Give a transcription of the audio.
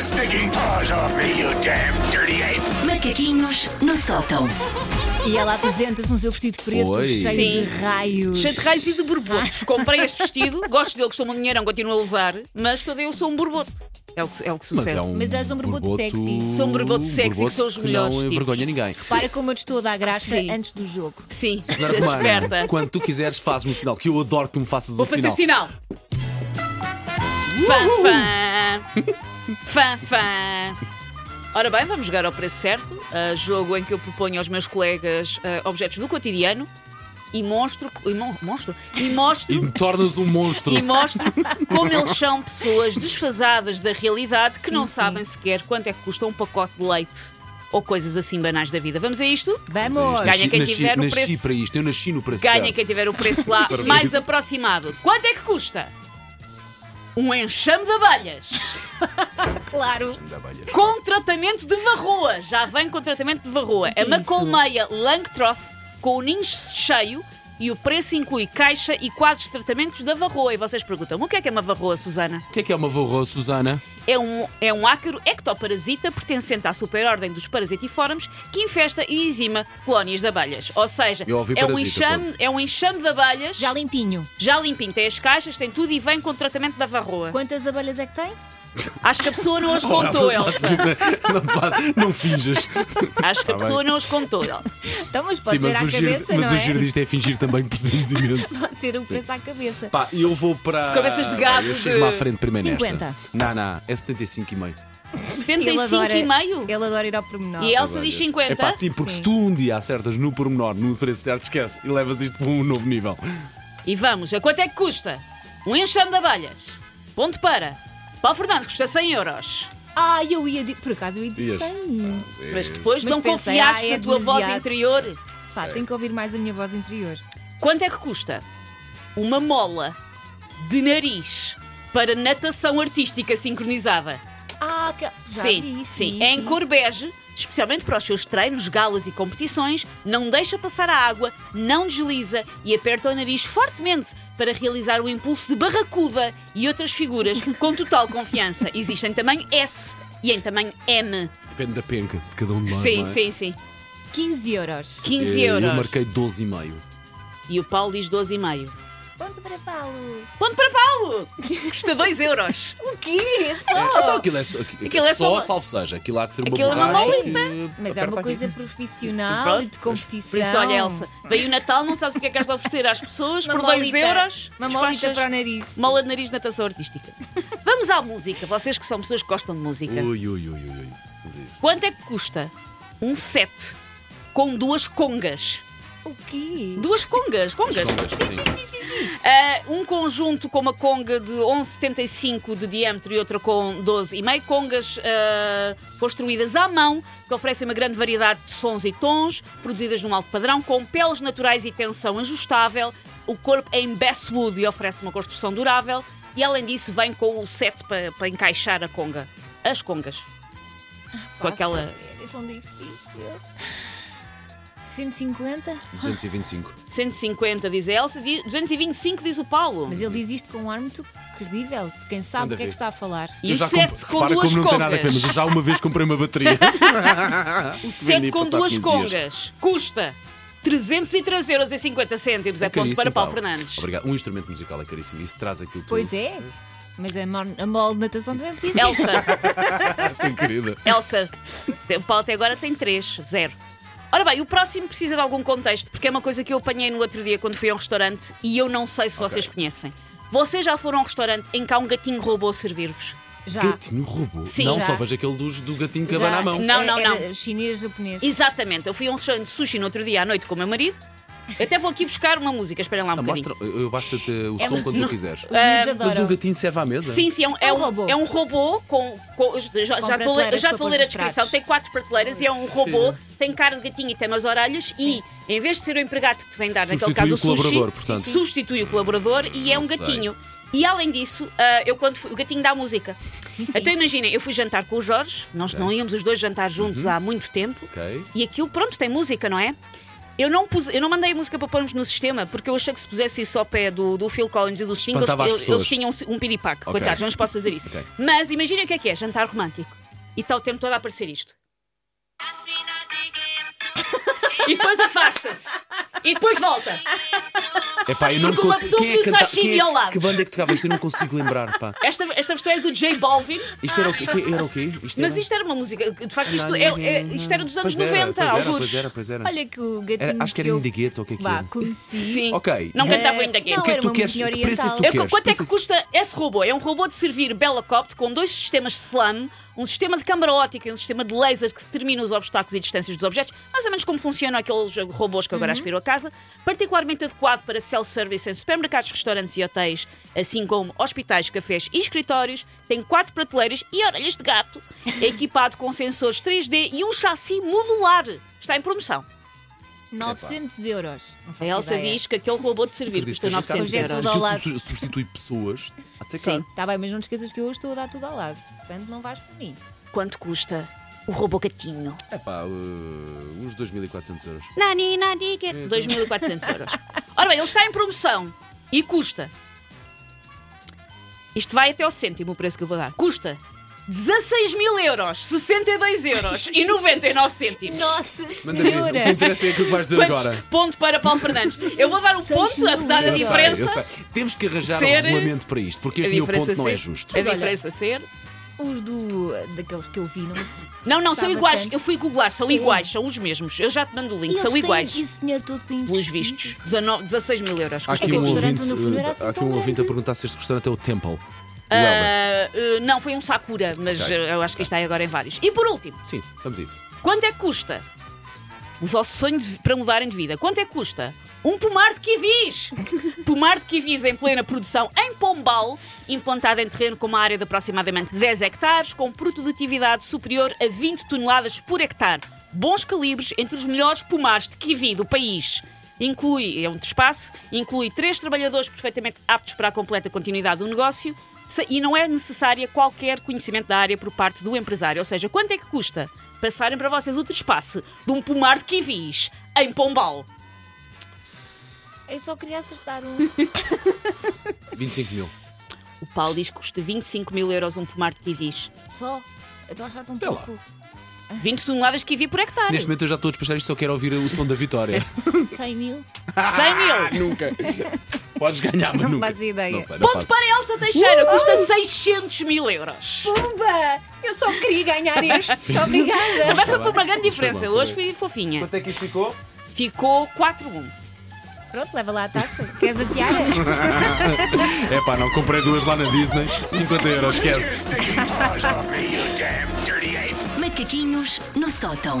stinking paws off me, you damn dirty ape! Macaquinhos no sótão. E ela apresenta-se no seu vestido preto Oi. cheio Sim. de raios. Cheio de raios e de borbotos. Comprei este vestido, gosto dele, costumo um dinheirão, continuo a usar, mas cada eu sou um borboto. É o que, é o que Mas sucede. é um Mas és um borboto sexy. Sou um borboto sexy, que borboto sou os que melhores Não tipos. envergonha ninguém. Para como eu te estou a dar graça Sim. antes do jogo. Sim, Susana Romana, esperta. Quando tu quiseres, faz-me um sinal, que eu adoro que tu me faças Vou um fazer sinal. sinal. Fã, fã. fã, fã. Ora bem, vamos jogar ao preço certo. uh, jogo em que eu proponho aos meus colegas uh, objetos do cotidiano e mostro. E mon- mostro? E mostro. E tornas um monstro. e mostro como eles são pessoas desfasadas da realidade que Sim, não sim. sabem sequer quanto é que custa um pacote de leite ou coisas assim banais da vida. Vamos a isto? Vamos! Ganha quem nasci, tiver o nasci preço. para isto, eu nasci no preço Ganha certo. quem tiver o preço lá Parabéns. mais aproximado. Quanto é que custa? Um enxame de abelhas Claro! Ainda bem, é. com tratamento de varroa. Já vem com tratamento de varroa. que É é uma isso? colmeia Langtroth com o ninho cheio e o preço inclui caixa e quadros de tratamentos da varroa. E vocês perguntam: o que é que é uma varroa, Susana? O que é que é uma varroa, Susana? É um, é um ácaro ectoparasita pertencente à superordem dos parasitiformes que infesta e dizima colónias de abelhas. Ou seja, Eu ouvi é, um parasita, enxame, é um enxame de abelhas Já limpinho. já limpinho, tem as caixas, tem tudo e vem com tratamento da varroa. Quantas abelhas é que tem? Acho que a pessoa não as contou, Elsa. não, te vá- não finjas. Acho que a Tá pessoa não as contou, Elsa. Então, mas pode Sim, mas, ser à o giro, cabeça, mas não o é? giro disto é fingir também que percebemos imenso. Pode ser o preço à cabeça. Pá, eu vou para. Cabeças de gato Eu chego-me de- à frente primeiro 50. nesta. Não, não, é 75,5. Ele 75 adora, e meio. Ele adora ir ao pormenor. E Elsa diz 50. É pá, sim, porque Sim. se tu um dia acertas no pormenor, no preço certo, esquece e levas isto para um novo nível. E vamos, a quanto é que custa? Um enxame de abelhas. Ponto para. Paulo Fernandes custa 100 euros. Ah, eu ia. di- Por acaso eu ia dizer Ias. Ah, 100. Mas depois Mas não pensei, confiaste ah, é na tua voz demasiado. interior. Pá, tenho que ouvir mais a minha voz interior. Quanto é que custa? Uma mola de nariz para natação artística sincronizada. Ah, que... já sim, vi, sim. vi, É em cor bege, especialmente para os seus treinos, galas e competições, não deixa passar a água, não desliza e aperta o nariz fortemente para realizar o impulso de barracuda e outras figuras com total confiança. Existem em tamanho S e em tamanho M. Depende da penca de cada um de nós. sim, não é? sim, sim. 15 euros. 15 Eh, euros. Eu marquei 12,5. E o Paulo diz 12,5. Ponto para Paulo. Ponto para Paulo! Custa 2 euros. O quê? É Então Só? aquilo é, só- aquilo Oh. Aquilo é só, só- salvo seja. Aquilo há de ser uma Aquilo é uma borracha molita. que Mas é aperta uma coisa aqui. profissional Pronto. e de competição. Por isso, olha, Elsa, veio o Natal, não sabes o que é que has de oferecer às pessoas Uma por 2 molita. euros. Uma molita despachas- para o nariz. Mola de nariz na taça artística. Vamos à música, vocês que são pessoas que gostam de música. Ui, ui, ui, ui. ui. Mas isso. Quanto é que custa um set com duas congas? O quê? Duas congas, congas. Sim, sim, sim, sim, sim. Ah, um conjunto com uma conga de 11,75 de diâmetro e outra com 12,5 congas ah, construídas à mão, que oferecem uma grande variedade de sons e tons, produzidas num alto padrão, com peles naturais e tensão ajustável. O corpo é em basswood e oferece uma construção durável. E além disso, vem com o set para para encaixar a conga. As congas. Com Pá, aquela- sério, É tão difícil. 150? 225. 150 diz a Elsa, di- 225 diz o Paulo. Mas ele diz isto com um ar muito credível, de quem sabe Anda o que é ver. que está a falar. E eu o já set comp- com Repara duas como não tem nada a ver, congas. mas eu já uma vez comprei uma bateria. É Vendi O set com passado duas 15 congas dias. custa 303,50 cêntimos. É, ponto para caríssimo, Paulo Fernandes. Obrigado. Um instrumento musical é caríssimo. Isso traz aquilo tudo. Pois é. Mas a, mon- a mole de natação também podia ser. Elsa, é. Tão querida. Elsa, o Paulo até agora tem 3, 0. Ora bem, o próximo precisa de algum contexto, porque é uma coisa que eu apanhei no outro dia quando fui a um restaurante e eu não sei se vocês conhecem. Vocês já foram a um restaurante em que há um gatinho roubou servir-vos? Já. Gatinho roubou. Sim, não, já. só vejo aquele dos, do gatinho que Já. abana a mão. Não, É- não, era não. Chinês, japonês. Exatamente, eu fui a um restaurante de sushi no outro dia à noite com o meu marido. Eu até vou aqui buscar uma música, esperem lá um Ah, bocadinho. É mostra, eu eu basta-te o som É muito- quando não- tu quiseres. Os Ah, miúdos um Mas um adoram. o gatinho serve à mesa? Sim, sim, é um, É um é um- robô. é um robô com. com- já já te vou ler, prateleiras já para te vou pôr ler a os pratos. descrição. Tem quatro prateleiras e é um robô, tem cara de gatinho e tem umas orelhas e, em vez de ser o empregado que te vem dar, naquele Substitui caso o o sushi, colaborador, portanto. substitui o colaborador e é Não um sei. gatinho. E além disso, ah, eu quando fui, o gatinho dá música. Sim, sim. Então imaginem, eu fui jantar com o Jorge, nós não íamos os dois jantar juntos há muito tempo. Uhum. Ok. E aquilo, pronto, tem música, não é? Eu não, pus- eu não mandei a música para pormos no sistema, porque eu achei que se pusesse isso ao pé do, do Phil Collins e dos singles, Espantava as eles, pessoas. eles tinham um piripaque. Ok. Coitados, não lhes posso fazer isso. Ok. Mas imagina o que é que é jantar romântico. E está o tempo todo a aparecer isto. E depois afasta-se. E depois volta. É pá, eu não Porque uma consigo. pessoa Quem é que que usa canta... assim Quem de ao é... lado. Que banda é que tocava isto? Eu não consigo lembrar, pá. Esta, esta versão é do J Balvin, Isto era o quê? Que- Era o quê? Isto mas era- isto era uma música. De facto, isto, é, é- isto era dos anos pois era, 90, pois era, alguns. Pois era, pois era. Olha que o gatinho. Era- acho que era eu- Indigueto, ou o que é que Vá, era? conheci. Sim. Ok. Não E- cantava Eh, ainda aqui. não, O que é era que tu uma queres? musiquinha Que preço é que tu Eu- oriental. queres? quanto é que Pensa- custa esse robô? É um robô de servir Bellacopt com dois sistemas SLAM, um sistema de câmara ótica e um sistema de laser que determina os obstáculos e distâncias dos objetos, mais ou menos como funcionam aqueles robôs que agora aspiram a casa, particularmente adequado para self-service em supermercados, restaurantes e hotéis, assim como hospitais, cafés e escritórios, tem quatro prateleiras e orelhas de gato, é equipado com sensores 3D e um chassi modular. Está em promoção. 900 euros. Não A faço Elsa ideia. é. diz que aquele robô de servir custa Acredito, 900 Gente, euros. tudo ao Aquilo lado. substitui- substitui pessoas. Há de ser Sim. caro. Tá bem, mas não te esqueças que eu hoje estou a dar tudo ao lado. Portanto, não vais por mim. Quanto custa o robô gatinho? É pá, uh, uns 2.400 euros. Nani, nani, que... é 2.400 euros. Ora bem, ele está em promoção e custa. Isto vai até ao cêntimo o preço que eu vou dar. Custa 16 mil euros, 62 euros e 99 cêntimos. Nossa Manda vir. O que Senhora! interessa é aquilo que vais dizer Quantos- agora. Ponto para Paulo Fernandes. Eu vou dar um 16 ponto, mil apesar da euros. Eu sei, diferença. eu sei. Temos que arranjar Ser- um regulamento para isto, porque A este meu ponto diferença não é ser- justo. A Mas olha- diferença ser. Os do, daqueles que eu vi não. Não, não, são Sabe iguais. tanto. Eu fui googlar, são iguais, são os mesmos. Eu já te mando o link, Eles são têm iguais. esse dinheiro todo para investir. Pelos vistos. 19, 16 mil euros. Há custa que um o restaurante ouvinte, no fundo era uh, assim há aqui tão um ouvinte grande. a perguntar se este restaurante é o Temple. O Elba. Ah, ah, não, foi um Sakura, mas Ok, ah, eu acho que isto está agora em vários. E por último, Sim, vamos a isso. quanto é que custa? O vosso sonho de- para mudarem de vida, quanto é que custa? Um pomar de kiwis! pomar de kiwis em plena produção em Pombal, implantado em terreno com uma área de aproximadamente 10 hectares, com produtividade superior a 20 toneladas por hectare. Bons calibres entre os melhores pomares de kiwi do país. Inclui, é um espaço, inclui três trabalhadores perfeitamente aptos para a completa continuidade do negócio se- e não é necessária qualquer conhecimento da área por parte do empresário. Ou seja, quanto é que custa passarem para vocês o despasse de um pomar de kiwis em Pombal? Eu só queria acertar um. 25 mil. O Paulo diz que custa 25 mil euros um pomar de kiwis. Só? Eu estou a achar tão Sei lá. pouco. 20 toneladas de kiwi por hectare. Neste momento eu já estou a despachar isto, só quero ouvir o som da vitória. 100 mil? 100 mil. Nunca. Podes ganhar, mas Não nunca. faço ideia. Não sei, não Ponto faço. para Elsa Teixeira, custa 600 mil euros. Pumba! Eu só queria ganhar este. Obrigada! Também foi por uma grande diferença. Tá Foi bom, foi Hoje bom. fui fofinha. é que isto ficou? Ficou 4-1. Pronto, leva lá a taça. Queres a tiara? É pá, não comprei duas lá na Disney. 50 euros, esquece. Your stinking paws off me, you damn dirty ape! Macaquinhos no sótão.